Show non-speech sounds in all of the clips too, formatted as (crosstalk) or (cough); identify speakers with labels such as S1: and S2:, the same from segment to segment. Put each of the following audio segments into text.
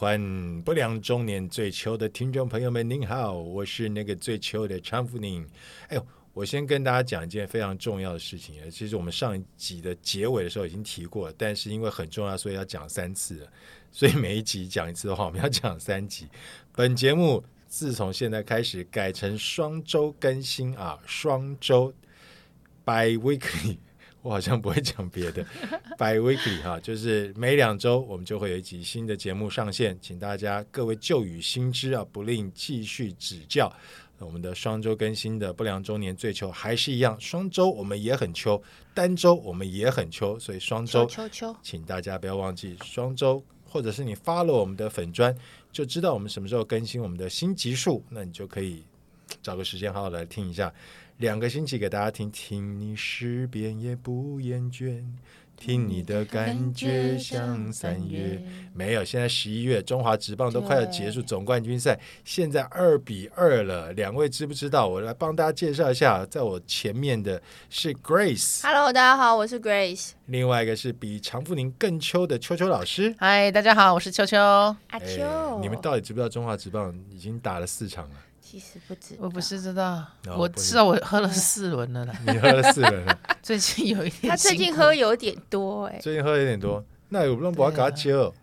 S1: 湾不良中年最秋的听众朋友们，您好，我是那个最秋的昌福宁。哎呦，我先跟大家讲一件非常重要的事情，其实我们上一集的结尾的时候已经提过了，但是因为很重要，所以要讲三次了，所以每一集讲一次的话，我们要讲三集。本节目自从现在开始改成双周更新啊，双周 by weekly。我 (laughs) 好像不会讲别的，by weekly 哈，就是每两周我们就会有一集新的节目上线，请大家各位旧雨新知啊，不吝继续指教。我们的双周更新的不良周年最秋还是一样，双周我们也很秋，单周我们也很秋，所以双周
S2: 秋秋
S1: 请大家不要忘记双周，或者是你发了我们的粉砖，就知道我们什么时候更新我们的新集数，那你就可以找个时间好好来听一下。两个星期给大家听听，你尸变也不厌倦，听你的感觉像三月。
S2: 嗯
S1: 没有，现在十一月，中华职棒都快要结束
S2: 对
S1: 总冠军赛，现在二比二了。两位知不知道？我来帮大家介绍一下，在我前面的是 Grace，
S2: Hello，大家好，我是 Grace。
S1: 另外一个是比常富宁更秋的秋秋老师。
S3: 嗨，大家好，我是秋秋。
S2: 阿
S1: 哎你们到底知不知道中华职棒已经打了四场了？
S2: 其实不止，
S3: 我不是知道，
S1: 哦
S3: 我
S1: 不是
S3: 知道我喝了四轮
S2: (laughs)
S3: 了啦。
S1: 你喝了四轮了，
S3: 最近有一点辛苦，
S2: 他最近喝有点多哎、
S1: 最近喝有点多。那有不能把它揪哦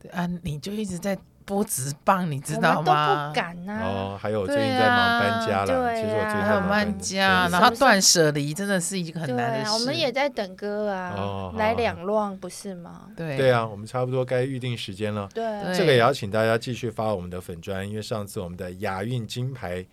S3: 对啊，你就一直在播直棒，你知
S2: 我们
S3: 道
S2: 都不
S3: 吗？
S2: 敢啊呐、
S1: 哦，还有我最近在忙搬家
S2: 嗯对
S1: 了，
S2: 啊
S1: 其实我最近
S3: 还
S1: 在
S3: 有
S1: 忙
S3: 慢
S1: 搬
S3: 家，
S1: 对
S3: 然后断舍离，真的是一个很
S2: 对
S3: 难的
S2: 啊，
S3: 事。
S2: 我们也在等歌啊，
S1: 哦好
S2: 来
S1: 啊
S2: 两浪不是吗？
S3: 对
S1: 对啊，我们差不多该预定时间了。
S2: 对啊，
S3: 对
S1: 这个也要请大家继续发我们的粉砖，因为上次我们的亚运金牌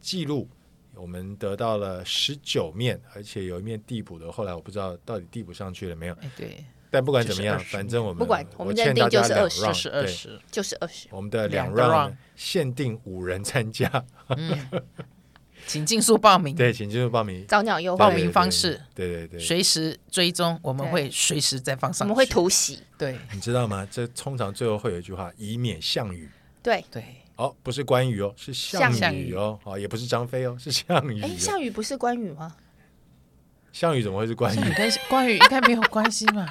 S1: 记录，我们得到了十九面，而且有一面递补的，后来我不知道到底递补上去了没有。
S3: 哎对，
S1: 但不管怎么样，
S3: 就是20
S1: 反正我们
S2: 不管我
S1: 我
S2: 们
S1: 欠
S2: 认定
S1: 大家
S2: 就是
S1: 两
S2: 20
S1: round，
S3: 是二
S1: 对
S3: 十，
S2: 就是二十。
S1: 我们的两
S3: 两个
S1: round
S3: round
S1: 限定五人参加， (laughs)
S3: 嗯，请尽速报名，
S1: 对，请进入报名。
S2: 早鸟优
S3: 报
S2: 惠，
S3: 名方式
S1: 对对对，
S3: 随时追踪，我们
S2: 对
S3: 会随时再放
S2: 我
S3: 上去。
S2: 们会突袭，
S3: 对
S1: 你知道吗？这通常最后会有一句话，以免项羽。
S2: 对。
S3: 对，
S1: 哦，不是关羽哦，是项
S3: 项
S1: 羽
S3: 羽
S1: 哦，哦，也不是张飞哦，是项羽、哦。
S2: 哎，项羽不是关羽
S3: (laughs)
S2: 吗？
S1: 项羽怎么会是
S2: 哎
S1: 关
S3: 像
S1: 羽
S3: 你？跟关羽应该没有关系嘛？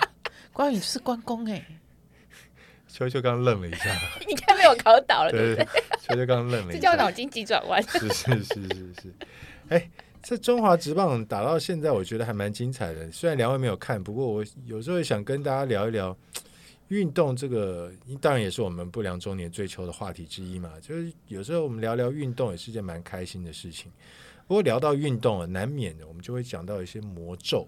S3: 关羽就是关公哎，
S1: 秋秋刚愣了一下，
S2: 你看被我搞倒了，
S1: 对，秋秋刚愣了
S2: 这
S1: 一
S2: 叫脑
S1: 下，
S2: 筋急转弯。
S1: 是是是是是，哎。这中华职棒打到现在，我觉得还蛮精彩的。虽然两位没有看，不过我有时候也想跟大家聊一聊运动这个，当然也是我们不良中年追求的话题之一嘛。就是有时候我们聊聊运动也是件蛮开心的事情。不过聊到运动啊，难免的我们就会讲到一些魔咒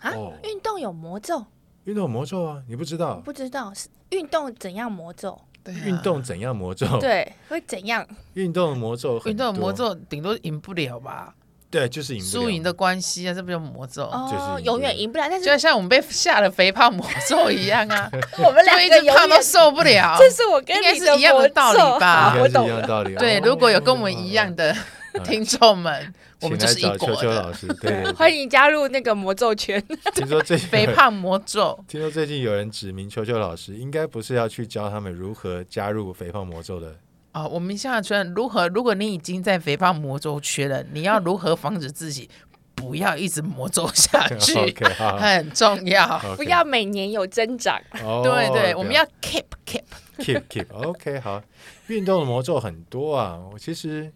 S2: 啊
S1: 哦
S2: 运动有魔咒，
S1: 运动有魔咒啊，你不知道
S2: 不知道是运动怎样魔咒？
S3: 对啊，
S1: 运动怎样魔咒？，
S2: 对，会怎样？
S1: 运动的魔咒，
S3: 运动魔，咒顶多赢不了吧，
S1: 对，就是赢不了
S3: 输赢的关系啊，这不叫魔咒。
S2: 哦
S1: 就，是
S2: 永远赢不了。但是
S3: 就像我们被下了肥胖魔咒一样
S1: (laughs)
S3: 啊，
S2: 我们
S3: 就
S2: 两
S3: 一
S2: 个
S3: 直
S2: 永
S3: 胖
S2: 远
S3: 都受不了。
S2: 这是我跟
S3: 啊应该
S2: 你
S3: 是一样的
S2: 魔
S3: 道理
S2: 咒
S3: 吧
S2: 好
S1: 应
S2: (laughs)
S1: 该
S2: 我
S1: 是一
S2: 懂
S1: 样
S2: 了。
S1: 道理。
S3: 对，
S1: 哦
S3: 如果有跟我们一样，的
S1: 嗯
S3: (laughs) 听
S1: (laughs)
S3: 众们，我
S1: 请
S3: 们
S1: 来
S3: 就是一
S1: 找
S3: 国
S1: 秋秋
S3: 的
S1: 老师，对，对
S2: 欢。迎加入那个魔咒圈，
S1: 对听说最近
S3: (laughs) 肥，胖魔咒。
S1: (laughs) 听说最近有人指名秋秋老师，应该不是要去教他们如何加入肥胖魔咒的。
S3: 啊、我们现在圈如何？如果你已经在肥胖魔咒圈了，你要如何防止自己不要一直魔咒
S1: (laughs)
S3: 下去？
S1: OK，好，
S3: 很重要。
S1: 好
S2: 不要每年有增长。
S1: 哦
S3: 对
S1: 不
S3: 对，我们要 keep keep。 (laughs)
S1: keep keep OK 好，运动的魔咒很多啊。我其实，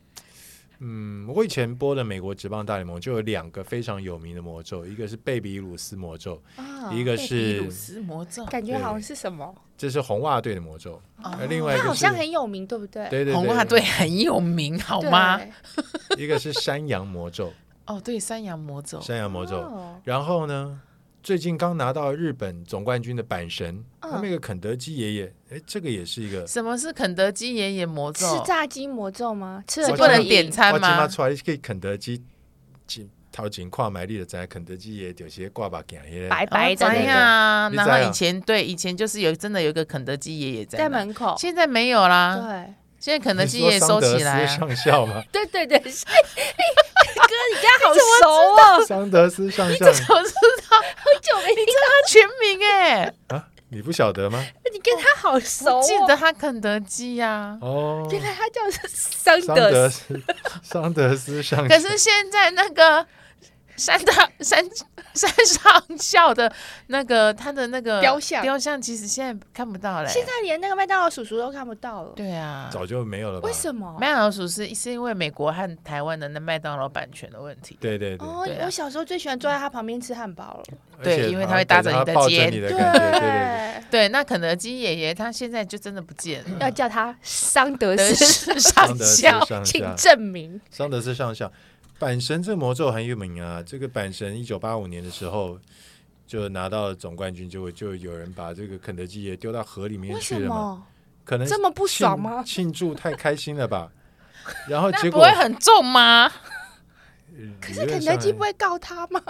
S1: 嗯，我以前播的美国职棒大联盟就有两个非常有名的魔咒，一个是贝比鲁斯魔咒，
S2: 啊
S1: 一个
S3: 哦贝比
S1: 是
S3: 鲁斯魔咒，
S2: 哦感觉好像是什么？
S1: 这是红袜队的魔咒，
S3: 哦
S1: 而另外
S2: 它
S1: 一个
S2: 好
S1: 是
S2: 像很有名，对不对？
S1: 对对对
S3: 红袜队很有名， (laughs) 好吗？
S2: 对？
S1: 一个是山羊魔咒，
S3: 哦，对，山羊魔咒。
S1: 山羊魔咒。
S2: 哦
S1: 然后呢，最近刚拿到日本总冠军的阪神，
S2: 嗯
S1: 他们有个肯德基爷爷，哎，这个也是一个。
S3: 什么是肯德基爷爷魔咒？
S2: 吃炸鸡魔咒吗？吃了
S3: 是
S1: 我
S3: 不
S1: 知
S3: 能
S1: 道
S3: 点
S1: 我
S3: 餐
S1: 今
S3: 吗哦
S1: 晚？出来去肯德基，进掏钱看买力的在肯德基爷有些挂把杆耶。
S2: 白白的
S3: 哦怎
S2: 那个
S3: 样？
S1: 你
S3: 然
S1: 知道
S3: 后以前对，以前就是有真的有一个肯德基爷爷在
S2: 在
S3: 那，
S2: 门口。
S3: 现在啊没有啦。
S2: 对
S3: 现在肯德基
S1: 你
S3: 爷爷
S1: 说
S3: 收
S1: 桑德
S3: 起
S1: 斯
S3: 来啊。
S1: 上校
S3: (laughs)
S1: 吗？
S2: 对对对，是 (laughs) 哎哎哥，你家好熟哦，
S1: 桑德斯上校
S3: 这我知道
S2: 好久没
S3: 他全名哎，
S1: 啊，你不晓得吗？
S2: 你跟他好 (laughs) 熟
S3: 我
S2: 哦。
S3: 记得他肯德基呀。
S1: 哦，
S2: 原来他叫桑
S1: 桑
S2: 德
S1: 德
S2: 斯，
S1: 斯，桑德斯上校。
S3: 可是现在那个山上山山上校的那个他的那个
S2: 雕像
S3: 雕像其实现在看不到嘞。
S2: 现在连那个麦当劳叔叔都看不到了，
S3: 对啊，
S1: 早就没有了吧？
S2: 为什么？
S3: 麦当劳鼠是是因为美国和台湾的那麦当劳版权的问题。
S1: 对对对，
S2: 哦
S3: 对，啊
S2: 我小时候最喜欢坐在他旁边吃汉堡了。
S1: 而且
S3: 对因为
S1: 好
S3: 它会
S1: 像
S3: 搭
S1: 等
S3: 着你的
S1: 抱着
S3: 肩
S1: 你的
S2: 对，
S1: 感觉，对对对。
S3: 对，那肯德基爷爷他现在就真的不见了。
S2: 要叫他桑德
S3: 德
S2: 斯
S3: 斯
S1: 桑
S2: 上
S1: 德斯
S2: 校，
S1: 上
S2: 请
S1: 校
S2: 证明。
S1: 桑德斯上校，阪神这魔咒很有名啊。这个阪神一九八五年的时候就拿到了总冠军，结果就有人把这个肯德基也丢到河里面
S2: 为
S1: 去
S2: 什
S1: 了嘛。
S2: 么？
S1: 可能
S2: 这么不爽吗
S1: 庆庆祝太开心了
S2: (laughs)
S1: 吧？然后
S3: 那
S1: 结
S3: 不
S1: 果呃
S3: 会，很重吗？
S1: 可
S2: 可是肯德基不会告他吗？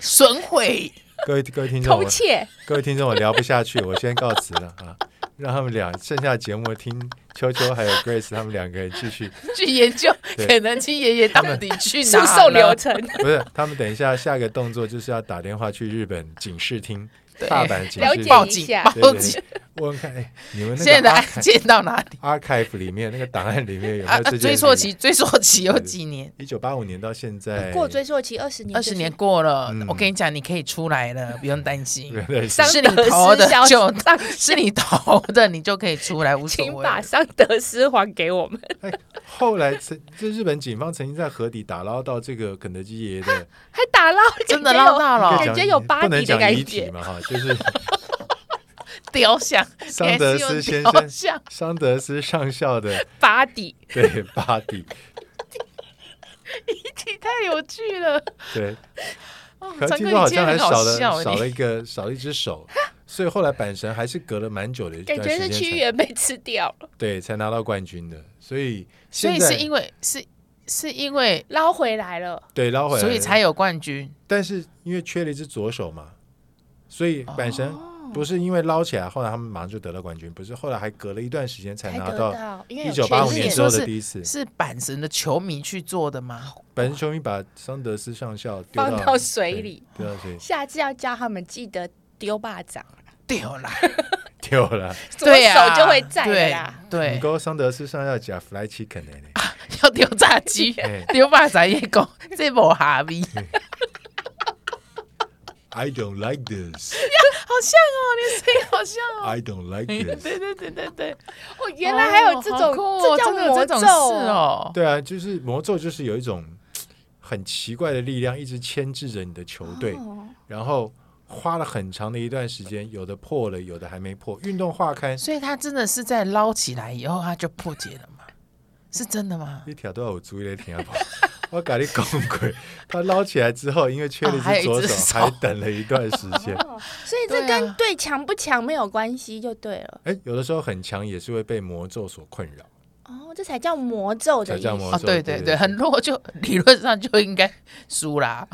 S3: 损毁
S1: 各位各位听众，
S2: 偷
S1: 我
S2: 窃？
S1: 各位听众，我聊不下去，我先告辞了 (laughs) 啊。让他们俩剩下节目听秋秋还有 Grace 他们两个人继续，
S3: 去研究
S1: (laughs) 对
S3: 肯德基爷爷到底去
S2: 诉
S3: 哪
S2: 讼
S3: 了
S2: 流程？
S1: 不是他们等一下下个动作就是要打电话去日本警视厅，
S3: 对
S1: 大阪警
S2: 了
S1: 视
S2: 解
S1: 厅
S3: 报
S2: 一
S3: 警
S2: 下
S1: (laughs) 对
S3: 报
S1: 对
S3: 警！
S1: 问看，哎，你们那个
S3: 现在的
S1: a
S3: 案
S1: r
S3: 件到哪里
S1: archive 里面那个档案里面有没
S3: (laughs) 啊？
S1: 有
S3: 啊
S1: 这件事情？
S3: 追溯期追溯期有几年？
S1: 一九八五年到现
S3: 啊
S1: 在
S2: 过追溯期二十年，
S3: 二十年。过了
S1: 嗯，
S3: 我跟你讲，你可以出来了，不用担心。
S1: 对对
S2: 桑
S3: 是你
S2: 德斯
S3: 投的
S2: 校
S3: 就是
S2: 上，
S3: 是你投的，你就可以出来，无所
S2: 请
S3: 谓。
S2: 把桑德斯还给我们。
S1: 哎，后来曾这日本警方曾经在河底打捞到这个肯德基爷爷
S3: (laughs)
S1: 的，
S2: 还打捞，
S3: 真的
S2: 感觉有
S3: 捞到了
S1: 可以
S2: 感
S1: 讲
S2: 觉
S1: 遗
S2: 有巴
S1: 不能
S2: 黎的
S1: 讲
S2: 感
S1: 遗体
S2: 觉。
S1: 嘛哈，就是 (laughs)
S3: 雕像，
S1: 桑德斯先生
S3: 你还是用雕像，
S1: 桑德斯上校
S3: (laughs)
S1: 的
S2: 巴迪，
S1: 对 body
S3: 你太有趣了。
S1: 对，
S3: 哦
S1: 可
S3: 张
S1: 是听
S3: 哥，你
S1: 说好
S3: 今
S1: 像
S3: 天
S1: 还
S3: 很
S1: 少
S3: 好
S1: 了
S3: 笑欸
S1: 少
S3: 你
S1: 了一个少了一只
S3: (laughs)
S1: 手，所以后来阪神还是隔了蛮久的一段
S2: 感觉是
S1: 时
S2: 屈
S1: 间才
S2: 原被吃掉了，
S1: 对才拿到冠军的，所以
S3: 所
S1: 现
S3: 以
S1: 在
S3: 是因为是是因为，
S2: 捞回来了。
S1: 对捞回来了，
S3: 所以才有冠军。
S1: 但是因为缺了一只左手嘛，所以阪神
S2: 哦
S1: 不是因为捞起来，后来他们马上就得到冠军，不是后来还隔了一段时间才
S2: 才
S1: 拿
S2: 得
S1: 到
S2: 到，因为
S1: 一
S2: 有
S1: 九八五
S2: 缺
S1: 年
S2: 陷
S1: 之后的第一次。
S3: 是阪神的球迷去做的吗？
S1: 本神球迷把桑德斯上校丢
S2: 放到水里，
S1: 对丢到水里
S2: 下次要教他们记得丢巴掌，
S3: 丢啦，
S1: 丢了。
S2: (laughs) 左
S3: 对啊，
S2: 手就会在了啦。
S1: 你
S3: 对，对，
S1: 跟桑德斯上校讲 fly chicken 欸呢？
S3: (laughs) 要丢炸鸡
S1: (laughs) 哎，
S3: 丢霸仔也讲这无下味，
S1: I don't like this.
S2: (laughs)
S3: 好像哦，你声音好像哦。
S1: I don't like
S3: 对
S1: this.
S3: 对对对对，
S2: 哦，原来还有这种，
S3: 哦好酷哦
S2: 这叫
S3: 真的有
S2: 魔
S3: 这
S2: 咒
S3: 种事。哦。
S1: 对啊，就是魔咒，就是有一种很奇怪的力量，一直牵制着你的球队。
S2: 哦
S1: 然后花了很长的一段时间，有的破了，有的还没破。运动画刊
S3: 所以他真的是在捞起来以后，他就破解了吗？是真的吗？
S1: 一条都要有注意的听不？我跟你讲过， (laughs) 他捞起来之后，因为缺了一只左手，
S3: 啊还有一只手
S1: 还等了一段时间。
S2: 所以这
S3: 对啊
S2: 跟对强不强没有关系，就对了。
S1: 哎，有的时候很强也是会被魔咒所困扰。
S2: 哦，这才叫魔咒的
S1: 才
S2: 意
S1: 叫魔
S2: 思。
S3: 哦，对
S1: 对
S3: 对
S1: 对
S3: 对，很弱就理论上就应该
S2: (laughs)
S3: 输啦。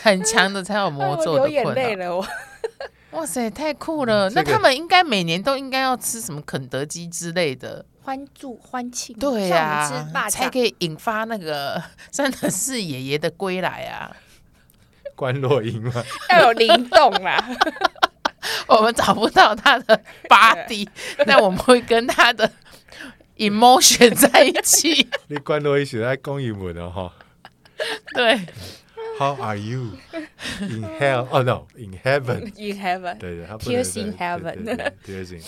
S3: 很强的才有魔咒
S2: 哎我流
S3: 的
S2: 眼
S3: 困
S2: 泪
S3: 扰。
S2: 了，嗯我
S3: 哇塞，太酷了！
S1: 这
S3: 那
S1: 个
S3: 他们应该每年都应该要吃什么肯德基之类的，
S2: 欢祝欢庆，
S3: 对
S2: 呀
S3: 呀、、
S2: 嗯像我们吃霸
S3: 才
S2: 掌
S3: 可以引发那个 (laughs) 三德士爷爷的归来啊！
S1: 关洛英嘛，
S2: (laughs) 要有灵动
S1: (laughs)
S2: 啦。
S3: 我们找不到他的
S2: (laughs)
S3: body，但我们会跟他的 emotion 在一
S2: (laughs)
S3: 起。
S1: 你关洛英写在公益文了哈。
S3: 对，
S1: How are you in hell? Oh no, in
S2: (laughs)
S1: heaven.
S2: In heaven，
S1: 对对，他不能
S2: Tears in
S1: 在
S2: heaven
S1: 对对对 Tears in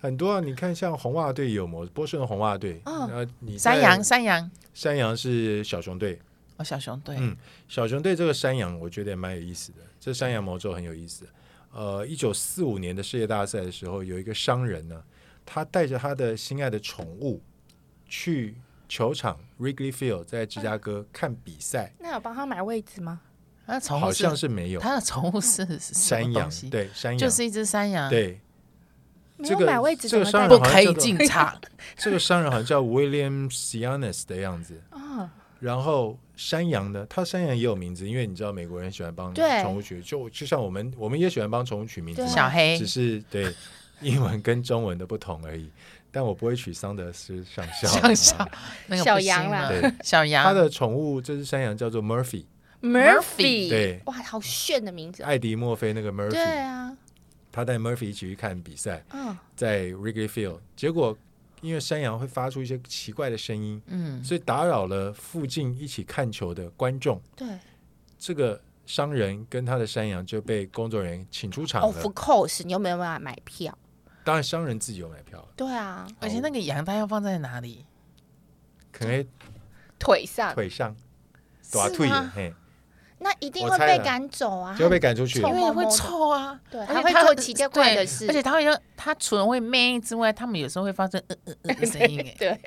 S1: 很多啊，你看像红袜队有魔，波士顿红袜队，
S2: 哦
S1: 呃，你在
S3: 山羊，山羊，
S1: 山羊是小熊队，
S3: 哦，小熊对，
S1: 嗯小熊队这个山羊，我觉得也蛮有意思的。这山羊魔咒很有意思。呃，一九四五年的世界大赛的时候，有一个商人呢，他带着他的心爱的宠物去球场 Wrigley Field 在芝加哥看比赛，
S2: 那有帮他买位置吗？
S3: 他的啊宠
S1: 好
S3: 物
S1: 像是没有
S3: 他的宠物是是什么
S1: 山羊
S3: 东西，
S1: 对山羊，
S3: 就是一只山羊，，
S1: 对
S2: 没
S1: 这
S2: 有
S1: 个
S2: 买位
S1: 这
S2: 置怎
S1: 个
S2: 么
S1: 商
S2: 带
S1: 人
S3: 不可以进场。
S1: 这个商人好像叫 William Sianis 的样子。
S2: 啊？
S1: 然后山羊呢，它山羊也有名字，因为你知道美国人喜欢帮
S2: 对
S1: 宠物取，就就像我们我们也喜欢帮宠物取名字嘛
S2: 对，
S3: 小黑
S1: 只是对 (laughs) 英文跟中文的不同而已。但我不会取桑德斯上校，
S3: 上校
S1: 啊
S3: 那个
S2: 小
S3: 不行
S2: 羊啦
S3: 了
S1: 对，
S3: 小羊，
S1: 他的宠物这只山羊叫做 Murphy，
S2: Murphy，
S1: 对
S2: 哇，好炫的名字哦。
S1: 艾迪墨菲那个
S2: 对
S1: Murphy，
S2: 啊，
S1: 他带 Murphy 一起去看比赛，
S2: 嗯，
S1: 在 Wrigley Field，结果因为山羊会发出一些奇怪的声音，
S3: 嗯，
S1: 所以打扰了附近一起看球的观众。
S2: 对
S1: 这个商人跟他的山羊就被工作人员请出
S3: 哦
S1: 场
S2: ，of
S1: 了。
S2: course，你有没有办法买票？
S1: 当然，商人自己有买票，
S2: 对啊，
S3: 而且那个羊它要放在哪里？
S1: 可能
S2: 腿上
S1: 腿上
S2: 是
S1: 短腿，
S3: 啊
S2: 吗？
S1: 嘿，
S2: 那一定
S1: 我
S2: 会
S1: 猜
S2: 被
S1: 了
S2: 赶走啊！
S1: 就会被赶出去
S2: 臭
S3: 因。为
S2: 猫
S3: 会
S2: 猫的
S3: 臭啊，
S2: 对
S3: 而
S2: 还
S3: 且
S2: 会
S3: 它
S2: 做奇怪怪的
S3: 对
S2: 事
S3: 而且它会让它除了会咩之外，它们有时候会发出呃呃呃的声音，哎，
S2: (laughs) 对，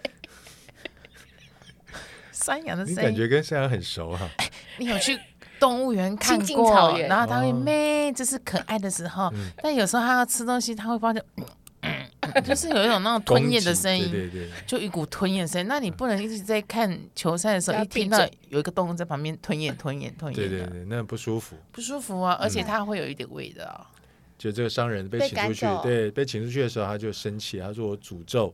S3: 山羊的
S1: 你
S3: 声
S1: 感
S3: 音，
S1: 觉跟山羊很熟啊？
S3: 你有去动物园看
S2: 亲近草
S3: 过，
S2: 原
S3: 然后它会
S1: 哦
S3: 咩，就是可爱的时候
S1: 嗯，
S3: 但有时候它要吃东西，它会发出嗯嗯嗯，就是有一种那种吞咽的声
S1: 攻
S3: 音。
S1: 击对对对，
S3: 就一股吞咽声，那你不能一直在看球赛的时候，
S2: 要
S3: 一
S2: 闭
S3: 听到
S2: 嘴
S3: 有一个动物在旁边吞咽、吞咽、吞
S1: 对
S3: 咽
S1: 对
S3: 的，
S1: 对，那不舒服。
S3: 不舒服啊，而且它会有一点味哦道。
S1: 就这个商人被
S2: 被
S1: 请
S2: 赶
S1: 出去
S2: 走，
S1: 对，被请出去的时候，他就生气，他说：“我诅咒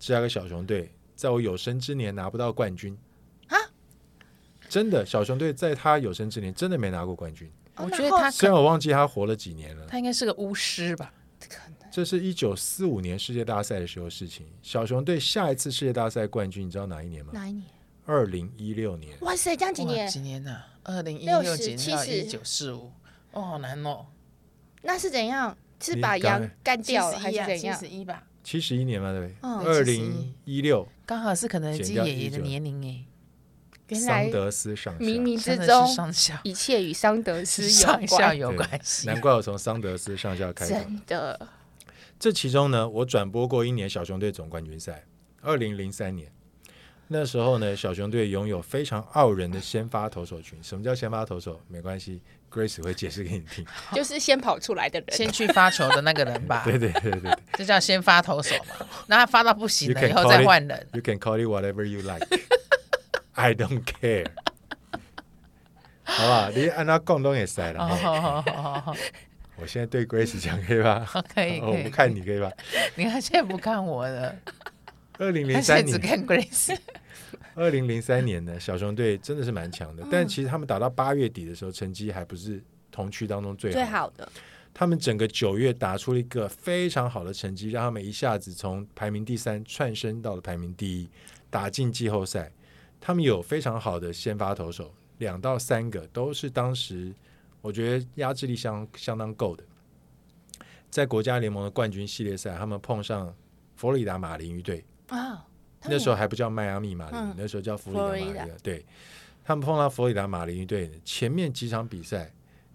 S1: 芝加哥小熊队，在我有生之年拿不到冠军。”
S2: 啊！
S1: 真的，小熊队在他有生之年真的没拿过冠军。
S2: 哦
S3: 我
S2: 那
S3: 觉得
S2: 后
S3: 它
S1: 虽
S3: 可
S1: 然我忘记他活了几年了，
S3: 它应该是个巫师吧。
S2: 可能
S1: 这是一九四五年世界大赛的时候的事情。小熊队下一次世界大赛冠军，你知道哪一年吗？
S2: 哪一年？
S1: 二零一六年。
S2: 哇塞，这样几
S3: 哇
S2: 年？
S3: 几年呐？二零一
S2: 60
S3: 六减到一
S2: 70
S3: 九四五，哦，好难哦。
S2: 那是怎样？是
S1: 你
S2: 把
S1: 刚
S2: 羊干掉了
S3: 71
S2: 还是
S3: 啊
S2: 怎样
S3: 七？十一吧，
S1: 七十一年嘛，对不对？
S2: 嗯
S1: 二零一六，
S3: 刚好是可能鸡
S1: 减掉
S3: 爷爷的
S1: 19
S3: 年龄哎，
S2: 原来
S1: 桑德斯上
S2: 冥
S1: 校，
S2: 冥之
S3: 真的
S2: 中
S3: 是上校
S2: 一切与桑德斯
S3: 是
S2: 有
S3: 上校
S2: 关，
S3: 有
S1: 对
S3: 关系。
S1: 难怪我从桑德斯上校开头。
S2: 真的。
S1: 这其中呢，我转播过一年小熊队总冠军赛，二零零三年。那时候呢，小熊队拥有非常傲人的先发投手群。什么叫先发投手？没关系，Grace 会解释给你听。
S2: 就是先跑出来的人，
S3: 先去发球的那个人吧，
S1: 对对对对对
S3: 这叫先发投手嘛。然后发到不行
S1: You
S3: 了
S1: can
S3: 以后再换人，
S1: ，You can call it whatever you
S3: (laughs)
S1: like. I don't care. 好吧，你啊按他共都也塞了。
S3: 哦，
S1: 嘿
S3: 好好好好好，
S1: 我现在对 Grace 讲可以吧？
S3: 可以
S1: 哦
S3: 可
S1: 我不
S3: 以。
S1: 看你可以吧？
S3: 你看现在不看
S1: (laughs)
S3: 我的，
S1: 二零
S3: 他
S1: 零
S3: 现在
S1: 三
S3: 只
S1: 年，
S3: 看 Grace。
S1: 二零零三年呢，小熊队真的是蛮强的，但其实他们打到八月底的时候，成绩还不是同区当中最好。
S2: 最好的
S1: 他们整个九月打出了一个非常好的成绩，让他们一下子从排名第三窜升到了排名第一，打进季后赛。他们有非常好的先发投手，两到三个都是当时我觉得压制力相相当够的。在国家联盟的冠军系列赛，他们碰上佛罗里达马林鱼队，
S2: 啊。他们
S1: 那时候还不叫迈阿密马林，
S2: 嗯
S1: 那时候叫佛罗里达马
S2: 佛罗
S1: 林。对，他们碰到佛罗里达马林鱼队，前面几场比赛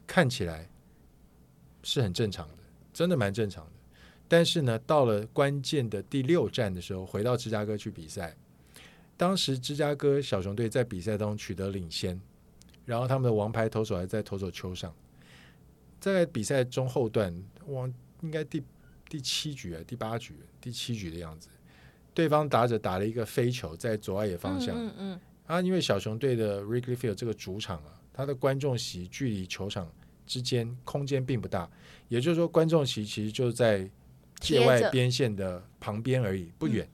S1: 看起来是很正常的，真的蛮正常的。但是呢，到了关键的第六站的时候，回到芝加哥去比赛，当时芝加哥小熊队在比赛当中取得领先，然后他们的王牌投手还在投手丘上，在比赛中后段，往应该第第七局、啊、第八局、第七局的样子，对方打者打了一个飞球在左外野方向，
S2: 嗯嗯
S1: 啊，因为小熊队的 Wrigley Field 这个主场啊，它的观众席距离球场之间空间并不大，也就是说，观众席其实就在界
S2: 贴着嗯
S1: 外边线的旁边而已，不远。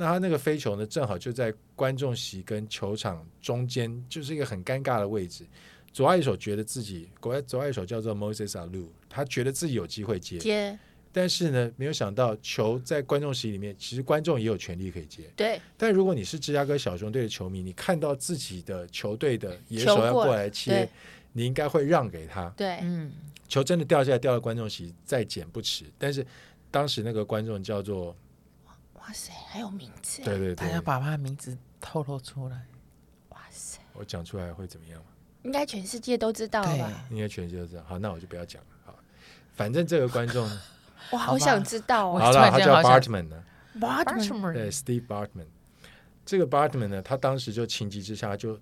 S1: 那他那个飞球呢，正好就在观众席跟球场中间，就是一个很尴尬的位置。左外野手觉得自己，国外左外野手叫做 Moses Alou，他觉得自己有机会接
S2: 嗯，，接
S1: 但是呢，没有想到球在观众席里面，其实观众也有权利可以接。
S2: 对
S1: 但如果你是芝加哥小熊队的球迷，你看到自己的球队的野手
S2: 球
S1: 要
S2: 过
S1: 过
S2: 来
S1: 来切
S2: 对，
S1: 你应该会让给他。
S2: 对，
S3: (laughs) 嗯，
S1: 球真的掉下来，掉到观众席，再捡不迟。但是当时那个观众叫做，
S2: 哇塞，还有名字，
S1: 对啊对
S3: 他
S1: 对
S3: 要，把他的名字透露出来。
S2: 哇塞，
S1: 我讲出来会怎么样吗？
S2: 应该全世界都知道
S3: 对，啊
S2: 吧？
S1: 应该全世界都知道。好，那我就不要讲了。好，反正这个观众，
S2: 我好
S3: 吧
S2: 想知道
S3: (laughs)
S2: 哦。
S3: 我
S1: 好
S3: 突
S1: 了，
S3: 然
S1: 他
S3: 间
S1: 叫
S3: 好想
S1: Bartman 呢，
S2: 哇，怎么
S1: 对
S3: Bartman，
S1: ，Steve Bartman。这个 Bartman 呢，他当时就情急之下就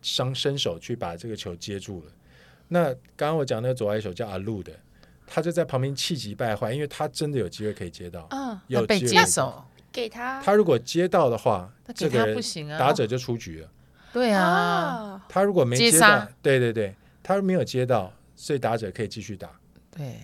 S1: 伤伸手去把这个球接住了。那刚刚我讲那个左外野手叫阿路的，他就在旁边气急败坏，因为他真的有机会可以接到，
S2: 嗯，
S1: 有
S3: 哦那被
S1: 机会
S3: 接。手，
S2: 给他
S1: 他如果接到的话，
S3: 那给
S1: 这个
S3: 他
S1: 人
S3: 不行啊，
S1: 打者就出局了。
S3: 对啊，
S2: 啊，
S1: 他如果没
S3: 接
S1: 接到
S3: 杀，
S1: 对对对，他没有接到，所以打者可以继续打，
S3: 对，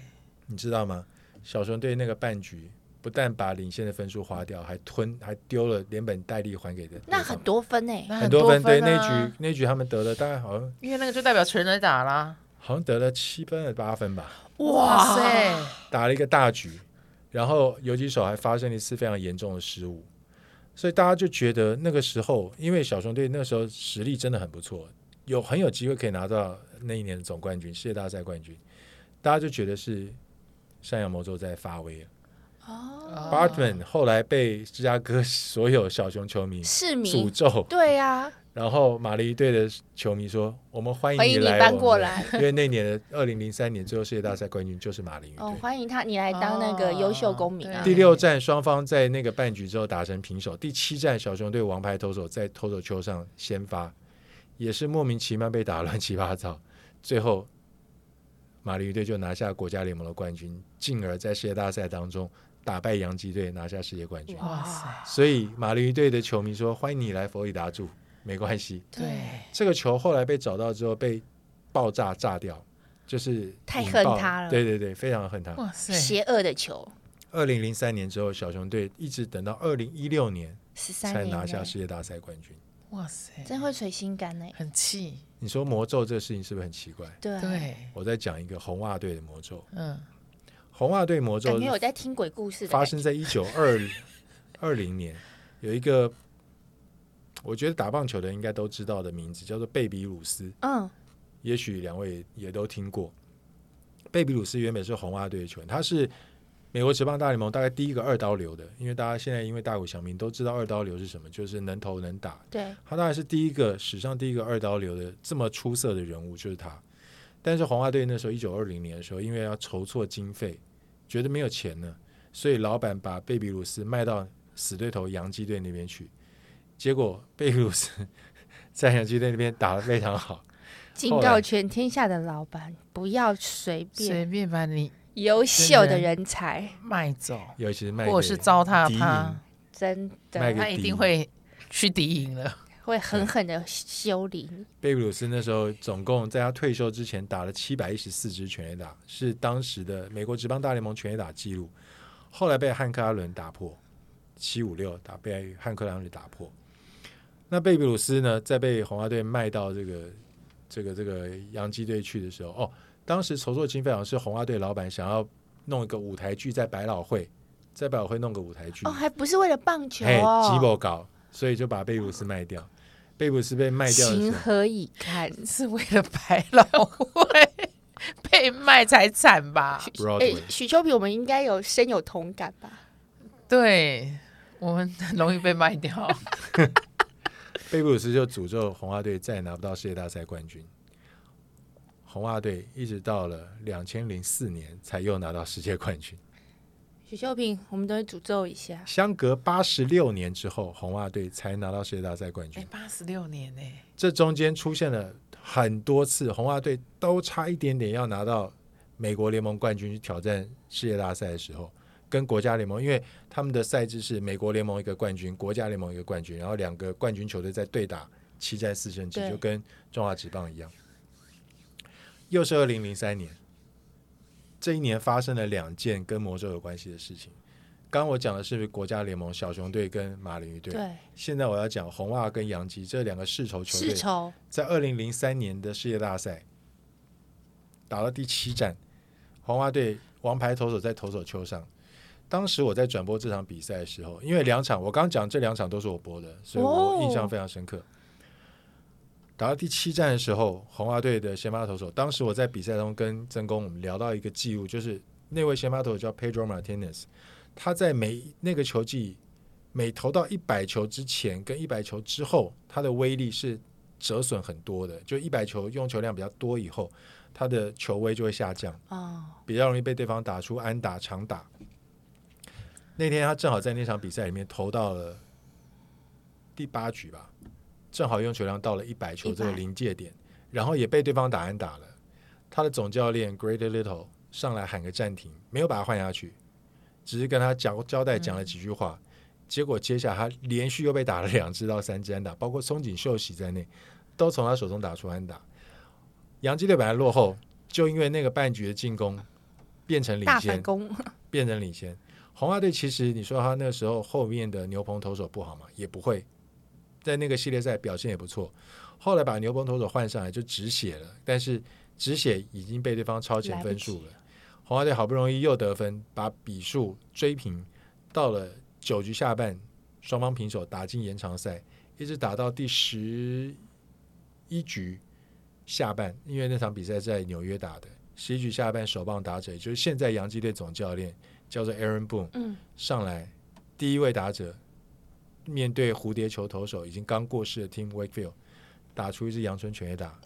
S1: 你知道吗？小熊队那个半局不但把领先的分数花掉，还吞还丢了连本带利还给的对方。
S2: 那很多分呢。
S3: 那
S1: 很
S3: 多
S1: 多分，对
S3: 啊
S1: 那局那局他们得了，大概好像
S3: 因为那个就代表全人打啦。
S1: 好像得了七分还是八分吧，
S3: 哇塞，
S1: 打了一个大局，然后游击手还发生了一次非常严重的失误，所以大家就觉得那个时候，因为小熊队那时候实力真的很不错，有很有机会可以拿到那一年的总冠军、世界大赛冠军，大家就觉得是山羊魔咒在发威了。
S2: 哦，
S1: 啊 Bartman 后来被芝加哥所有小熊球 (laughs) 迷
S2: 市
S1: 诅
S2: 民
S1: 咒，
S2: 对啊呀，
S1: 然后马林鱼队的球迷说：“我们欢迎
S2: 欢
S1: 你
S2: 迎你
S1: 来，
S2: 搬过来。
S1: (laughs) 因为那年的二零零三年最后世界大赛冠军就是马林鱼队。
S2: 哦，欢迎他，你来当那个优秀公民啊
S3: 哦
S1: 第
S3: 对。
S1: 六战双方在那个半局之后打成平手，第七战小熊队王牌投手在投手球上先发，也是莫名其妙被打乱七八糟，最后马林鱼队就拿下国家联盟的冠军，进而在世界大赛当中打败洋基队拿下世界冠军。
S3: 哇塞，
S1: 所以马林鱼队的球迷说：“欢迎你来佛罗里达住，没关系。
S3: 对”
S1: 这个球后来被找到之后被爆炸炸掉，就是
S2: 太
S1: 引
S2: 恨
S1: 爆
S2: 他了
S1: 对对对，非常恨他。
S3: 哇塞，
S2: 邪恶的球，
S1: 二零零三年之后，小熊队一直等到二零一六年
S2: 十三
S1: 才
S2: 年
S1: 拿
S2: 呢
S1: 下世界大赛冠军。
S3: 哇塞，
S2: 真会捶心肝呢。
S3: 很气，
S1: 你说魔咒这个事情是不是很奇怪？
S2: 对啊，
S3: 对，
S1: 我再讲一个红袜队的魔咒，
S3: 嗯，
S1: 红袜队魔咒
S2: 感觉有在听鬼故事的
S1: 发
S2: 感觉。
S1: 生在一九二
S2: (laughs)
S1: 二零年，有一个我觉得打棒球的应该都知道的名字，叫做贝比鲁斯。
S2: 嗯，
S1: 也许两位也都听过。贝比鲁斯原本是红袜队的球员，他是美国职棒大联盟大概第一个二刀流的，因为大家现在因为大谷翔平都知道二刀流是什么，就是能投能打。
S2: 对，
S1: 他当然是第一个史上第一个二刀流的这么出色的人物，就是他。但是红袜队那时候一九二零年的时候，因为要筹措经费，觉得没有钱呢，所以老板把贝比鲁斯卖到死对头洋基队那边去。结果贝比鲁斯 (laughs) 在洋基队那边打得非常好，
S2: 警告全天下的老板，不要随便
S3: 随便把你
S2: 优秀的人才，
S3: 卖走，
S1: 尤其是卖给
S3: 或者是糟蹋
S1: 敌
S3: 他
S1: 营，
S2: 真
S1: 卖
S2: 的
S1: 给
S3: 他一定会去敌营了。
S2: 会狠狠的修理你。
S1: 贝比鲁斯那时候总共在他退休之前打了七百一十四支全垒打，是当时的美国职棒大联盟全垒打纪录，后来被汉克阿伦打破，七五六打被汉克阿伦打破。那贝比鲁斯呢，在被红袜队卖到这个这个这个洋基队去的时候，哦，当时筹措经费好像是红袜队老板想要弄一个舞台剧，在百老汇，在百老汇弄个舞台剧，
S2: 哦，还不是为了棒球
S1: 嘿，基
S2: 哦，
S1: 博搞，所以就把贝比鲁斯卖掉。贝比鲁斯被卖掉的时
S2: 情
S1: 候，
S2: 何以堪？
S3: (laughs) 是为了百老汇被卖才惨吧？
S2: 许
S1: Broadway
S2: 诶哎许秋平，我们应该有深有同感吧？
S3: (laughs) 对，我们很容易被卖掉。
S1: 贝布鲁斯就诅咒红袜队再也拿不到世界大赛冠军。红袜队一直到了两千零四年才又拿到世界冠军，
S2: 许秋平，我们都会诅咒一下。
S1: 相隔八十六年之后，红袜队才拿到世界大赛冠
S3: (laughs) 哎
S1: 军，。
S3: 八十六年呢、
S1: 这中间出现了很多次，红袜队都差一点点要拿到美国联盟冠军去挑战世界大赛的时候，跟国家联盟，因为他们的赛制是美国联盟一个冠军，国家联盟一个冠军，然后两个冠军球队在对打七战四胜制，
S2: 对
S1: 就跟中华职棒一样。又是二零零三年，这一年发生了两件跟魔咒有关系的事情。刚刚我讲的是国家联盟小熊队跟马林鱼队，
S2: 对，
S1: 现在我要讲红袜跟洋基这两个世仇球队
S2: 世，仇
S1: 在二零零三年的世界大赛打到第七战，红袜队王牌投手在投手球上。当时我在转播这场比赛的时候，因为两场我刚讲这两场都是我播的，所以我
S2: 哦
S1: 印象非常深刻。打到第七战的时候，红袜队的先发投手，当时我在比赛中跟曾公我们聊到一个记录，就是那位先发投手叫 Pedro Martinez，他在每那个球季每投到一百球之前跟一百球之后，他的威力是折损很多的，就一百球用球量比较多以后，他的球威就会下降，
S2: 哦，
S1: 比较容易被对方打出安打、长打。那天他正好在那场比赛里面投到了第八局吧，正好用球量到了一百球这个
S2: 100
S1: 临界点，然后也被对方打安打了。他的总教练 Great Little 上来喊个暂停，没有把他换下去，只是跟他交交代讲了几句话。结果接下来他连续又被打了两支到三支安打，包括松井秀喜在内，都从他手中打出安打。洋基队本来落后，就因为那个半局的进攻变成领
S2: 大
S1: 先
S2: 反，攻，
S1: 变成领先。红袜队其实你说他那时候后面的牛棚投手不好嘛，也不会，在那个系列赛表现也不错。后来把牛棚投手换上来就止血了，但是止血已经被对方超前分数了。红袜队好不容易又得分，把比数追平，到了九局下半，双方平手，打进延长赛，一直打到第十一局下半，因为那场比赛在纽约打的，十一局下半首棒打者，也就是现在洋基队总教练叫做 Aaron Boone，
S2: 嗯，
S1: 上来，第一位打者面对蝴蝶球投手已经刚过世的 Tim Wakefield，打出一支阳春全垒打，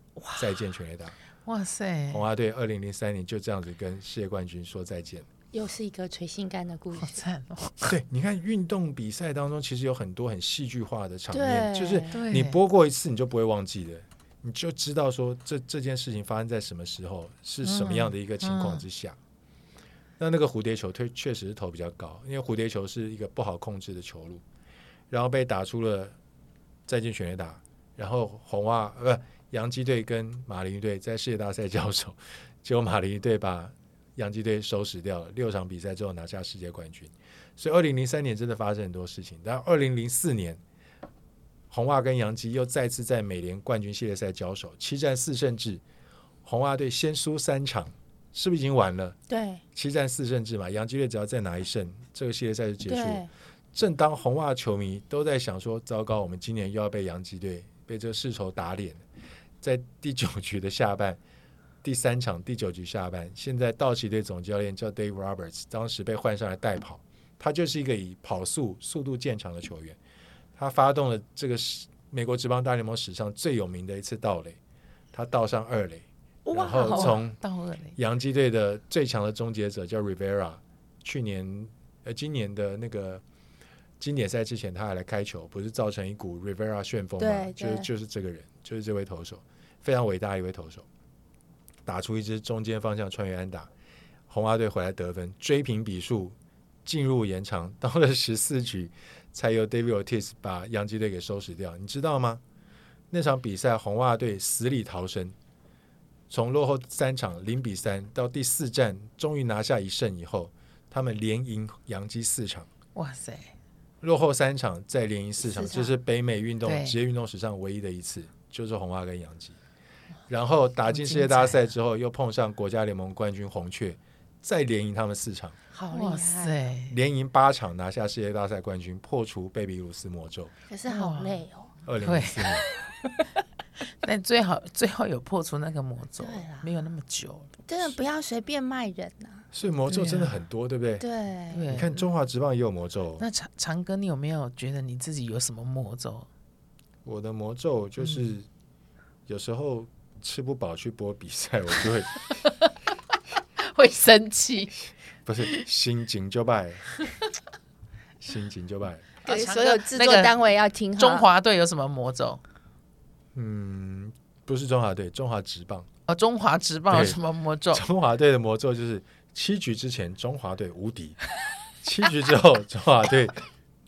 S1: 再见全垒打。
S3: 哇塞
S1: 红，袜队二零零三年就这样子跟世界冠军说再见。
S2: 又是一个垂心肝的故
S3: 好
S2: 事。
S3: 赞哦！
S1: 对，你看运动比赛当中，其实有很多很戏剧化的场面，
S2: 对
S1: 就是
S3: 对，
S1: 你播过一次，你就不会忘记的，你就知道说这这件事情发生在什么时候，是什么样的一个情况之下。那那个蝴蝶球推确实是投比较高，因为蝴蝶球是一个不好控制的球路，然后被打出了再见全垒打，然后红袜呃不洋基队跟马林鱼队在世界大赛交手， (laughs) 结果马林鱼队把洋基队收拾掉了，六场比赛之后拿下世界冠军。所以二零零三年真的发生很多事情，但二零零四年红袜跟洋基又再次在美联冠军系列赛交手，七战四胜制，红袜队先输三场，是不是已经完了？
S2: 对
S1: 七战四胜制嘛，洋基队只要再拿一胜，这个系列赛就结束了。
S2: 对，
S1: 正当红袜球迷都在想说：“糟糕，我们今年又要被洋基队被这个世仇打脸。”在第九局的下半，第三场第九局下半，现在道奇队总教练叫 Dave Roberts，当时被换上来代跑，他就是一个以跑速速度见长的球员，他发动了这个史美国职棒大联盟史上最有名的一次盗垒，他倒上二垒，然后
S2: 哦
S1: 从
S3: 到二零，
S1: 洋基队的最强的终结者叫 Rivera，去年呃今年的那个经典赛之前他还来开球，不是造成一股 Rivera 旋风嘛？
S2: 对
S1: 就是
S2: 对
S1: 就是这个人，就是这位投手，非常伟大一位投手，打出一支中间方向穿越安打，红袜队回来得分，追平比数，进入延长， (laughs) 到了十四局才由 David Ortiz 把洋基队给收拾掉，你知道吗？那场比赛红袜队死里逃生，从落后三场零比三到第四战终于拿下一胜以后，他们连赢洋基四场，
S3: 哇塞，
S1: 落后三场再连赢四场，
S2: 四
S1: 这
S2: 场
S1: 是北美运动
S3: 对
S1: 职业运动史上唯一的一次，就是红袜跟洋基。然后打进世界大赛之后，又碰上国家联盟冠军红雀，再连赢他们四场，
S2: 好
S3: 哇
S2: 厉害，
S3: 塞，
S1: 连赢八场拿下世界大赛冠军，破除贝比鲁斯魔咒。
S2: 可是好累哦。
S1: 二零零四年，
S3: (laughs) 但最好最后有破除那个魔咒
S2: 对啦，
S3: 没有那么久。
S2: 真的不要随便卖人呐、
S1: 所以魔咒真的很多，对不对？
S2: 对，
S3: 对，嗯
S1: 你看中华职棒也有魔咒哦，
S3: 那长长哥，你有没有觉得你自己有什么魔咒？ (laughs)
S1: 我的魔咒就是有时候吃不饱去播比赛，我就会
S3: 会生气？ (laughs)
S1: 不是心情就败，心情就败。
S2: 给
S3: 强哥
S2: 所有制
S3: 那
S2: 作
S3: 个
S2: 单位要听好
S3: 中华队有什么魔咒？
S1: 嗯，不是中华队，中华职棒，
S3: 哦，中华职棒有
S1: 对
S3: 什么魔 (laughs) 咒？
S1: 中华队的魔咒就是七局之前中华队无敌，七局之后中华队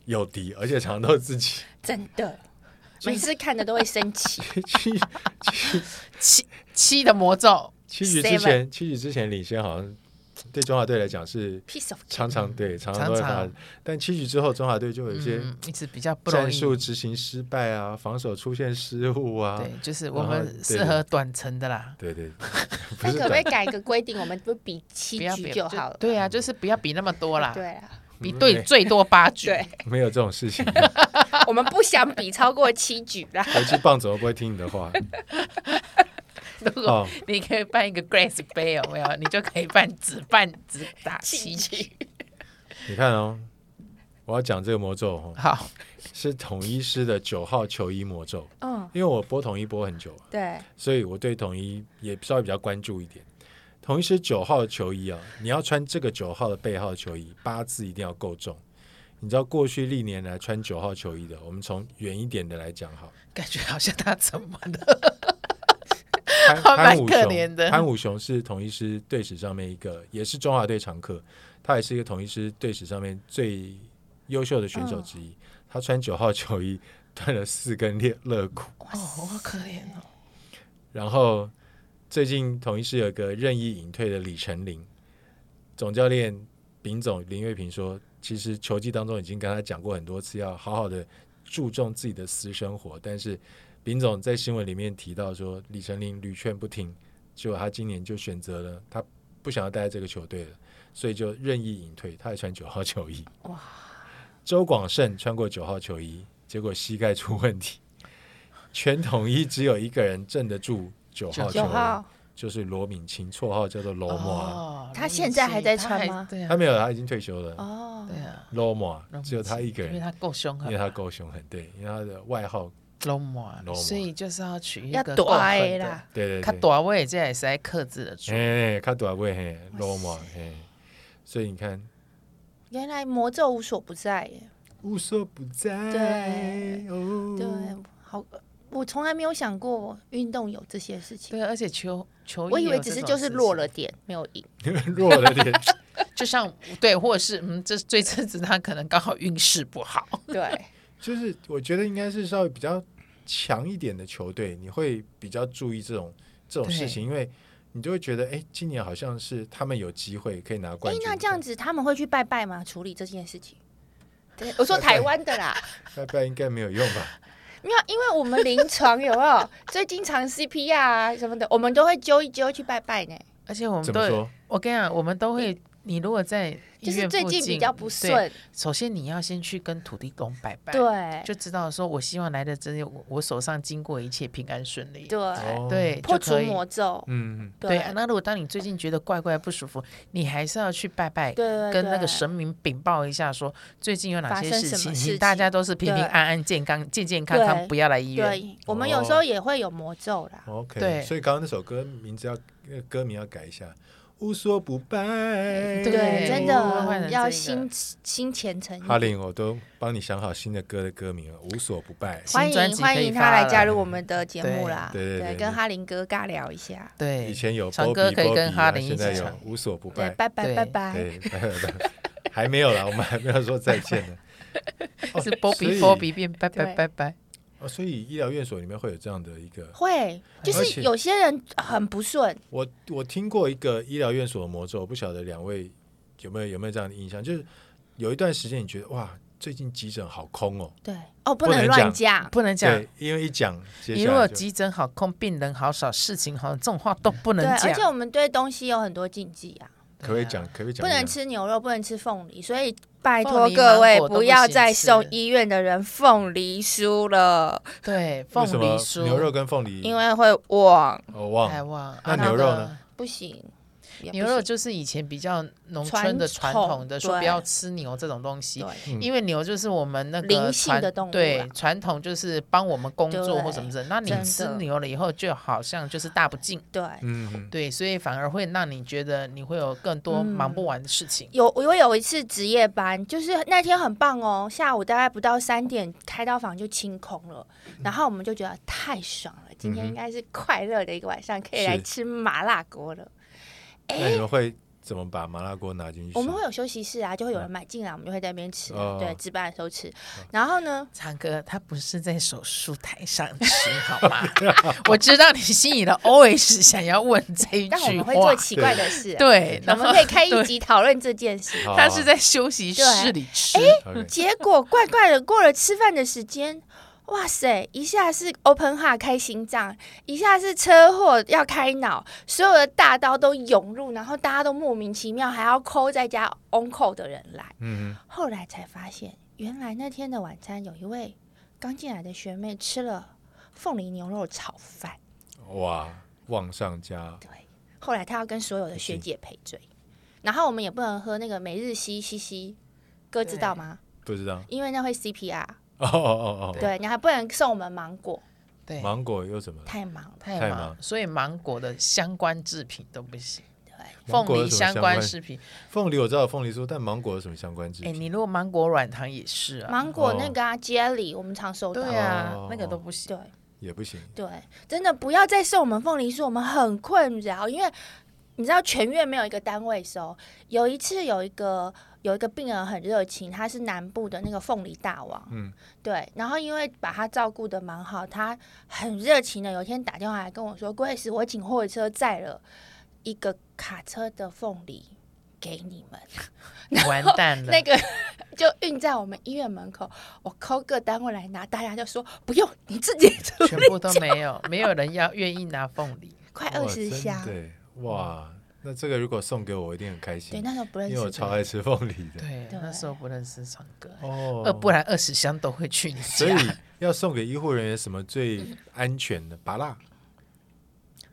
S1: 有敌，而且常都自己。 (laughs)
S2: 真的，每次看的都会生气。
S1: 七七
S3: 七七的魔咒，
S1: 七局之前，七局之前领先好像对中华队来讲是
S2: Piece of
S1: 常常对常常都会发
S3: 嗯常
S1: 生，但七局之后中华队就有一些。
S3: 嗯，一直比较不容
S1: 战
S3: 易。
S1: 术执行失败啊，防守出现失误啊，
S3: 对，就是我
S1: 然后
S3: 们
S1: 对
S3: 适合短程的啦，
S1: 对对， (laughs) 不
S2: 那
S1: 是
S2: 可不可以
S1: 短，
S2: 改个规定，我们不比七
S3: 不要比
S2: 局就好了？
S3: 对啊，就是不要比那么多啦，
S2: 对啊，
S3: 比
S1: 嗯
S3: 对最多八局。
S2: 对， (laughs)
S1: 没有这种事情。
S2: 我们不想比超过七局啦。
S1: 国际棒怎么不会听你的话？
S3: (laughs) 如果
S1: 哦，
S3: 你可以办一个 Grace 杯有没有？你就可以办只办只打七局。
S1: 你看哦，我要讲这个魔咒哦，
S3: 好，
S1: 是统一师的九号球衣魔咒，
S2: 嗯，
S1: 因为我播统一播很久，
S2: 对，
S1: 所以我对统一也稍微比较关注一点。统一师九号球衣啊，你要穿这个九号的背号球衣，八字一定要够重。你知道过去历年来穿九号球衣的，我们从远一点的来讲好了。
S3: 感觉好像他怎么了？
S1: 潘
S3: (laughs) 还蛮
S1: 潘武
S3: 可
S1: 雄，
S3: 怜的
S1: 潘武雄是统一师队史上面一个，也是中华队常客，他也是一个统一师队史上面最优秀的
S3: 嗯
S1: 选手之一。他穿九号球衣， (laughs) 断了四根肋肋骨。
S3: 哦，好可怜哦。
S1: 然后最近统一师有一个任意隐退的李成林，总教练丙总林月平说，其实球季当中已经跟他讲过很多次，要好好的注重自己的私生活，但是丙总在新闻里面提到说，李成林屡劝不听，结果他今年就选择了他不想要待在这个球队了，所以就任意隐退。他还穿九号球衣。
S2: 哇！
S1: 周广胜穿过九号球衣，结果膝盖出问题。全统一只有一个人镇得住九号球
S2: 九
S1: 衣
S2: 号，，
S1: 就是罗敏清，绰号叫做罗摩。
S3: 哦
S2: 他现在还在穿吗
S3: 对
S1: 他
S3: 啊，
S1: 没有，他已经退休了。
S2: 哦
S3: 对，啊，
S1: 罗摩
S3: 龙
S1: 只有他一个
S3: 因为
S1: 人，
S3: 他够凶狠，
S1: 因为他够凶狠，对，因为他的外号，
S3: 龙马
S1: 龙马，
S3: 所以就是要取一
S2: 要
S3: 个
S2: 大
S3: 够狠
S2: 的
S3: 的
S2: 啦。
S1: 对对对，
S3: 他短位这也是在克制的住，
S1: 哎，他短位嘿，罗摩嘿，所以你看，
S2: 原来魔咒无所不在耶。
S1: 无所不在，
S2: 对
S1: 哦，
S2: 对，好，我从来没有想过运动有这些事情，
S3: 对，而且球球衣
S2: 我以为
S3: 有
S2: 只
S3: 这
S2: 是
S3: 种
S2: 就是
S3: 事情
S2: 弱了，点，没有赢。
S1: (laughs) 弱了点，
S3: 就像 (laughs) 对，或者是嗯，这这阵子他可能刚好运势不好，
S2: (laughs) 对，
S1: 就是我觉得应该是稍微比较强一点的球队，你会比较注意这种这种事情，因为你就会觉得，哎，今年好像是他们有机会可以拿
S2: 哎
S1: 冠，军。
S2: 那这样子他们会去拜拜吗？处理这件事
S3: (laughs)
S2: 情？对我说台湾的啦，
S1: 拜拜应该没有用吧？
S2: 没有，因为我们临床有没
S3: (laughs)
S2: 有最经常 CPR 啊什么的，我们都会揪一揪去拜拜呢。
S3: 而且我们
S1: 怎么
S3: 都
S1: 说，
S3: 我跟你讲，我们都会，你如果在医
S2: 就是
S3: 院
S2: 最
S3: 附
S2: 近比较不
S3: 对
S2: 顺，
S3: 首先你要先去跟土地公拜拜，，
S2: 对
S3: 就知道说我希望来的这些我我手上经过一切平安顺利，
S2: 对，
S1: 哦
S3: 对，
S2: 破
S3: 就
S2: 除
S3: 可以
S2: 魔咒，
S1: 嗯，
S3: 对
S2: 对
S3: 啊，那如果当你最近觉得怪怪不舒服，你还是要去拜拜，
S2: 对对
S3: 跟那个
S2: 对
S3: 神明禀报一下说，最近有哪
S2: 发
S3: 些
S2: 生
S3: 事
S2: 什么
S3: 情，
S2: 事
S3: 请大
S2: 情
S3: 家都是平平
S2: 对
S3: 安安、健康、健健康康，
S2: 对
S3: 不要来医院。哦
S2: 对，我们有时候也会有魔咒啦。
S1: OK，
S3: 对
S1: 所以刚刚那首歌名字要呃歌名要改一下，无所不拜。
S3: 对
S2: 对，真
S3: 我们会换
S2: 的
S3: 成这
S2: 要
S3: 个
S2: 心心虔诚一点。
S1: 哈林，我都帮你想好新的歌的歌名了，无所不拜。
S2: 欢
S3: 新专
S2: 迎
S3: 辑
S2: 欢
S3: 可以
S2: 迎
S3: 发
S2: 他来
S3: 了
S2: 加入我们的节目
S3: 对
S2: 啦，
S1: 对对对
S2: 跟
S1: 对
S2: 哈林哥尬聊一下，
S3: 对，
S1: 以前有
S3: 长
S1: Bobby
S3: 歌可以跟
S1: Bobby 啊
S3: 哈林一
S1: 现在
S3: 起
S1: 有
S3: 唱。
S1: 无所不
S2: 对，
S1: 拜。
S2: 拜拜
S3: 对
S2: 拜拜，
S1: 对，拜拜还没有啦，我们还没有说再见呢。哦
S3: 是 Bobby
S1: 所以
S3: Bobby 变拜拜
S2: 对
S3: 拜拜，
S1: 哦，所以医疗院所里面会有这样的一个，
S2: 会就
S1: 而且
S2: 是有些人很不顺，
S1: 我我听过一个医疗院所的魔咒，我不晓得两位有没有有没有这样的印象？就是有一段时间你觉得哇，最近急诊好空哦，
S2: 对哦，不
S1: 不能
S2: 能
S1: 讲
S2: 乱讲，
S3: 不能讲
S1: 对。，因为一讲，接
S3: 你
S1: 下
S3: 如果
S1: 来就
S3: 急诊好空，病人好少，事情好，这种话都不能
S2: 对，而
S3: 讲
S2: 且。我们对东西有很多禁忌啊，
S1: 可不可以讲，可不可以讲
S2: 不
S1: 一讲？
S2: 能吃牛肉，不能吃凤梨，所以拜
S3: 凤
S2: 托
S3: 梨
S2: 各位
S3: 芒果都不
S2: 不要
S3: 行
S2: 再
S3: 吃
S2: 送医院的人凤梨酥了，
S3: 对，
S1: 为
S3: 凤
S1: 什
S3: 梨
S1: 么
S3: 酥、
S1: 牛肉跟凤梨，哦
S2: 因为会忘，
S1: 我忘
S3: 太
S1: 了
S3: 旺。
S1: 那
S3: 啊
S1: 牛肉呢？
S2: 不行，也不
S3: 牛肉
S2: 行
S3: 就是以前比较农村的传
S2: 传
S3: 统的
S2: 统
S3: 说不要
S2: 对
S3: 吃牛这种东西，
S2: 对
S1: 嗯
S3: 因为牛就是我们那个
S2: 灵性
S3: 传
S2: 的动物
S3: 对
S2: 啦
S3: 传统就是帮我们工作
S2: 对
S3: 或什么的。那你
S2: 真的
S3: 吃牛了以后，就好像就是大不敬，
S2: 对。
S1: 嗯，嗯
S3: 对，所以反而会让你觉得你会有更多
S2: 嗯
S3: 忙不完的事情。
S2: 有我有一次值夜班，就是那天很棒哦，下午大概不到三点，开刀房就清空了，然后我们就觉得太爽了，今天应该是快乐的一个晚上，可以来
S1: 嗯是
S2: 吃麻辣锅了。
S1: 那你们会怎么把麻辣锅拿进去吃？
S2: 我们会有休息室啊，就会有人买进来，我们就会在那边吃啊、
S1: 嗯哦
S2: 对，值班的时候吃。然后呢，
S3: 唱歌，他不是在手术台上吃，好吗？ (laughs) 我知道你心里的 always 想要问这一
S2: 但我
S3: 句
S2: 们会
S3: 话
S2: 做，奇怪的事、啊，
S3: 对，
S2: 我
S3: 然
S2: 们
S3: 后 (laughs)
S2: 可以开一
S3: 对
S2: 集讨论这件事。
S1: 好
S3: 他是在休息室
S2: 对
S3: 里吃，
S1: 好，OK
S2: 结果怪怪的，过了吃饭的时间，哇塞，一下是 open heart 开心脏，一下是车祸要开脑，所有的大刀都涌入，然后大家都莫名其妙还要抠在家 on call 的人来。
S1: 嗯，
S2: 后来才发现，原来那天的晚餐有一位刚进来的学妹吃了凤梨牛肉炒饭，
S1: 嗯哇，望上加
S2: 对，后来她要跟所有的学姐赔罪，然后我们也不能喝那个每日西西西，哥知道吗？
S1: 不知道
S2: 因为那会 CPR。
S1: 哦哦哦哦
S2: 对，嗯你还不能送我们芒果，
S3: 对
S1: 哦，，芒果又怎么了？
S2: 太忙了。
S3: 太
S1: 太
S3: 忙
S1: 忙，
S3: 所以芒果的相关制品都不行，
S1: 芒
S3: 凤
S1: 果有
S3: 梨
S1: 什么
S3: 相关制品。
S1: 凤梨我知道有凤梨酥，但芒果有什么相关制
S3: 哎，
S1: 品？
S3: 你如果芒果软糖也是啊，
S2: 芒果那个啊，街里我们常收到。
S3: 对啊
S1: 哦，
S3: 那个都不行。
S2: 对
S1: 也不行。
S2: 对真的不要再送我们凤梨酥，我们很困扰，因为你知道全院没有一个单位收。有一次有一个有一个病人很热情，他是南部的那个凤梨大王，
S1: 嗯
S2: 嗯，对。然后因为把他照顾的蛮好，他很热情的，有一天打电话来跟我说：“郭医师，我请货车载了一个卡车的凤梨给你们。”
S3: 完蛋了
S2: 那。个 (laughs) 就运在我们医院门口，我抠各单位来拿，大家就说不用，你自己
S1: (laughs)
S2: 出，
S3: 全部都没有，没有人要愿意拿凤梨。
S2: 快二十
S1: 哇真
S2: 箱，嗯
S1: 对，哇，那这个如果送给我，我一定很开
S2: 对，
S1: 心，
S2: 那时候不认
S1: 因
S2: 识
S1: 为
S2: 的人，
S1: 我超爱吃凤梨的。
S3: 对，
S2: 对
S3: 那时候不认识唱歌，
S1: 哦
S3: 呃，不然二十箱都会去你
S1: 所以
S3: 家。
S1: 要送给医护人员什么最安全的？拔蜡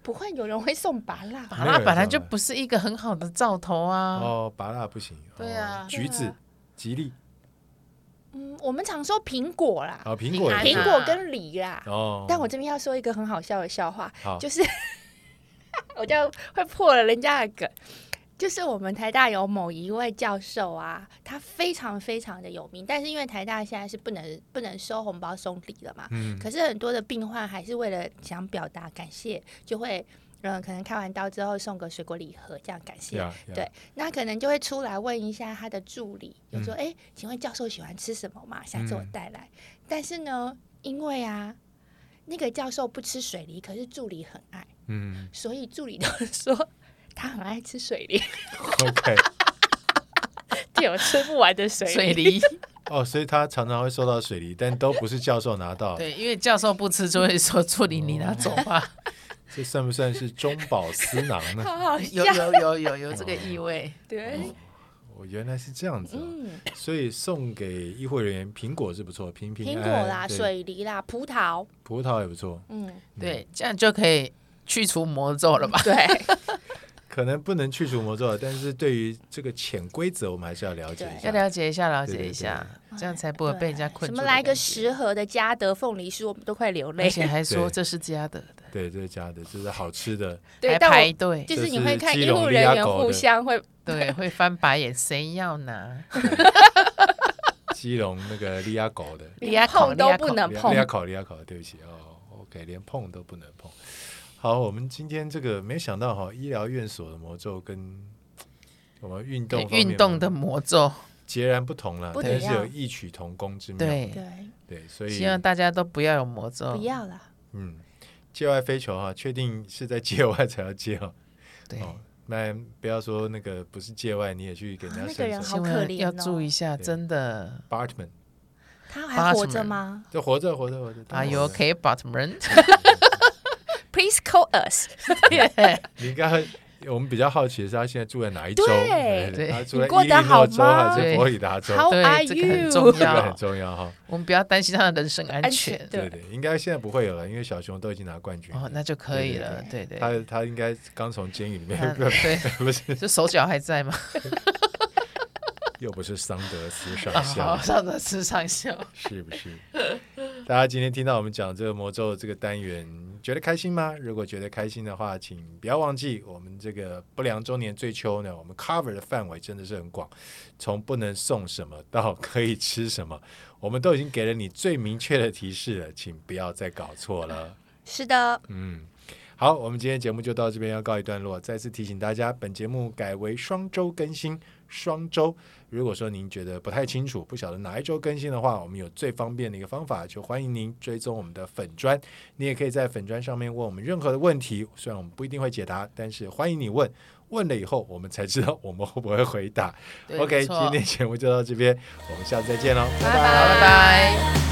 S2: 不会有人会送拔蜡吧？
S1: 没有
S3: 麻
S1: 人
S3: 辣本来
S1: 这
S3: 就
S1: 样
S3: 不是一个很好的兆头啊，
S1: 哦，拔蜡不行。哦
S3: 对啊
S1: 橘
S2: 嗯对
S1: 子
S2: 啊、
S1: 吉利
S2: 嗯，我们常说苹果啦，
S1: 啊，苹果
S3: 啊
S1: 也
S2: 苹
S1: 可以
S2: 果跟梨啦。
S1: 哦。
S2: 但我这边要说一个很好笑的笑话，
S1: 好
S2: 就是 (laughs) 我就会破了人家的梗，就是我们台大有某一位教授啊，他非常非常的有名，但是因为台大现在是不能不能收红包送礼了嘛，
S1: 嗯
S2: 可是很多的病患还是为了想表达感谢，就会嗯、呃可能开完刀之后送个水果礼盒这样感谢。
S1: 呀呀
S2: 对那可能就会出来问一下他的助理，就说：“
S1: 嗯
S2: 哎、请问教授喜欢吃什么嘛？下次我
S1: 嗯
S2: 带来。但是呢，因为啊，那个教授不吃水梨，可是助理很爱，
S1: 嗯
S2: 所以助理都说他很爱吃水梨， (laughs)
S1: ，OK
S2: 就有吃不完的水梨。
S3: 水
S1: (laughs)
S3: 梨，
S1: 哦，所以他常常会收到水梨，但都不是教授拿到。
S3: 对，因为教授不吃就会说助理你拿走吧，
S1: 这算不算是中饱私囊呢？
S2: (laughs) 好好笑
S3: (laughs) 有，有有有有这个意味，
S2: 对，
S1: 哦，原来是这样子、哦，
S2: 嗯，
S1: 所以送给医护人员苹果是不错，平平
S2: 苹
S1: 安
S2: 果
S1: 安
S2: 啦，
S1: 对
S2: 水梨啦，葡萄，
S1: 葡萄也不错， (laughs)
S2: 嗯，
S3: 对，这样就可以去除魔咒了吧？
S2: 对
S1: 可能不能去除魔咒，但是对于这个潜规则，我们还是要了解一
S3: 要
S1: 下。
S3: 了解一下，了
S1: 嗯对
S3: 解
S1: 对
S3: 一下，这样才不会
S2: 对，
S3: 被人家困
S2: 什
S3: 住。
S2: 么来个，十盒的嘉德凤梨酥，我们都快流
S3: 而
S2: 泪。
S3: 且还说
S1: 对
S3: 这是嘉德的，
S1: 对，这是假的，这是好吃的，
S2: 对，
S3: 还
S2: 但我
S3: 排队，
S2: 就是
S1: 这
S2: 你
S1: 是
S2: 会看
S1: 基
S2: 医
S1: 隆
S2: 护
S1: 利
S2: 人
S1: 亚
S2: 员
S1: 狗
S2: 互
S1: 的
S2: 相会 (laughs)
S3: 对，会翻白眼，谁要拿？
S1: 基隆那个利亚狗的，
S3: 利亚
S2: 连
S3: 口
S2: 碰
S3: 利
S2: 都
S3: 亚
S2: 不
S3: 口
S2: 能
S1: 利亚
S2: 碰
S1: 利。亚口利亚口，对不起哦，OK，连碰都不能碰。好，我们今天这个没想到哈、医疗院所的魔咒跟我们运动方面
S3: 运动的魔咒，
S1: 截然不同了，
S2: 不
S1: 但
S2: 一
S1: 是有
S2: 样
S1: 异曲同工之妙。
S3: 对，
S2: 对，
S1: 对，嗯所以
S3: 希望大家都不要有魔咒
S2: 不。要啦。
S1: 嗯，界外飞球哈、确定是在界外才要接哦。
S3: 对，
S2: 哎
S1: 哦，那不要说那个不是界外，你也去给人
S2: 啊
S1: 家
S2: 那个人
S1: 伸手。
S2: 好
S3: 千
S2: 可
S3: 万
S2: 怜
S3: 要
S2: 哦
S3: 注意一下，
S1: 对
S3: 真的。
S1: Bartman
S2: 他
S3: 八
S2: 还
S3: 什
S2: 活
S3: 么
S2: 着
S3: 人
S2: 吗
S1: 就活着，活着，活着。
S2: 哎
S3: Are you
S1: 活着
S3: okay, Batman？
S2: ？Please call us。
S1: (laughs) 你应该会我们比较好奇的是，他现在住在哪一州？哎
S2: 对
S3: 对
S1: 他住在
S2: 你过
S1: 伊利
S2: 得好
S1: 诺州还是
S3: 吗
S1: 佛罗里达州？
S2: How
S3: 对
S2: are
S3: 这个很
S2: you？
S3: 重
S1: 这个很
S3: 要，
S1: 重要哈。
S3: 我们不要担心他的人身安
S2: 安全
S3: 全。
S1: 对
S2: 对
S1: 对，应该现在不会有了，因为小熊都已经拿冠军了。
S3: 哦，那就可以
S1: 对对
S3: 了。对对，
S1: 他他应该刚从监狱里面
S3: 他，
S1: 不是
S3: 对，
S1: (laughs) 不是，
S3: 就手脚还在吗？
S1: 又不是桑德斯上
S3: 啊
S1: 校
S2: (laughs)
S3: 好，。上的吃上秀。
S1: 是不是？ (laughs) 大家今天听到我们讲这个魔咒这个单元，觉得开心吗？如果觉得开心的话，请不要忘记我们这个不良周年最秋呢，我们 cover 的范围真的是很广，从不能送什么到可以吃什么，我们都已经给了你最明确的提示了，请不要再搞错了。
S2: 是的，
S1: 嗯，好，我们今天节目就到这边啊要告一段落。再次提醒大家，本节目改为双周更新。双周，如果说您觉得不太清楚，不晓得哪一周更新的话，我们有最方便的一个方法，就欢迎您追踪我们的粉砖。你也可以在粉砖上面问我们任何的问题，虽然我们不一定会解答，但是欢迎你问。问了以后，我们才知道我们会不会回答。
S3: 对
S1: OK，
S3: 没
S1: 今
S3: 错
S1: 天节目就到这边，我们下次再见喽，
S3: 拜拜。